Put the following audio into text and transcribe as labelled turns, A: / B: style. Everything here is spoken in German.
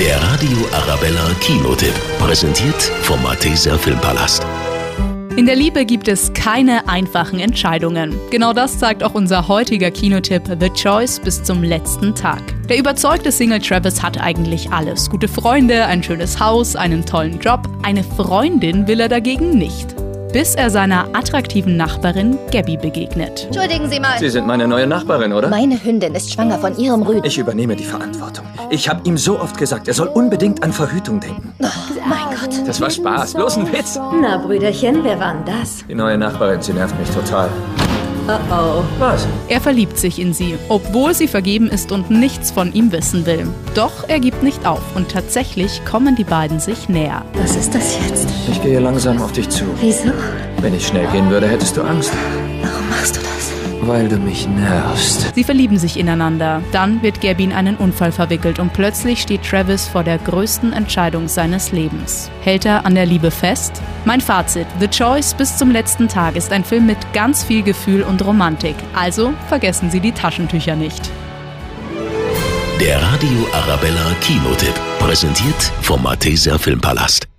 A: Der Radio Arabella Kinotipp. Präsentiert vom Malteser Filmpalast.
B: In der Liebe gibt es keine einfachen Entscheidungen. Genau das zeigt auch unser heutiger Kinotipp The Choice bis zum letzten Tag. Der überzeugte Single Travis hat eigentlich alles. Gute Freunde, ein schönes Haus, einen tollen Job. Eine Freundin will er dagegen nicht. Bis er seiner attraktiven Nachbarin Gabby begegnet.
C: Entschuldigen Sie mal.
D: Sie sind meine neue Nachbarin, oder?
C: Meine Hündin ist schwanger von Ihrem Rüden.
D: Ich übernehme die Verantwortung. Ich habe ihm so oft gesagt, er soll unbedingt an Verhütung denken.
C: mein Gott.
D: Das war Spaß, bloß ein Witz.
E: Na, Brüderchen, wer war denn das?
D: Die neue Nachbarin, sie nervt mich total.
E: Oh
D: Was?
B: Er verliebt sich in sie, obwohl sie vergeben ist und nichts von ihm wissen will. Doch er gibt nicht auf und tatsächlich kommen die beiden sich näher.
E: oh, was ist das jetzt?
D: Ich gehe langsam auf dich zu.
E: Wieso?
D: Wenn ich schnell gehen würde, hättest du Angst.
E: Warum machst du das?
D: Weil du mich nervst.
B: Sie verlieben sich ineinander. Dann wird Gabby in einen Unfall verwickelt und plötzlich steht Travis vor der größten Entscheidung seines Lebens. Hält er an der Liebe fest? Mein Fazit: The Choice bis zum letzten Tag ist ein Film mit ganz viel Gefühl und Romantik. Also vergessen Sie die Taschentücher nicht.
A: Der Radio Arabella Kinotipp. Präsentiert vom Malteser Filmpalast.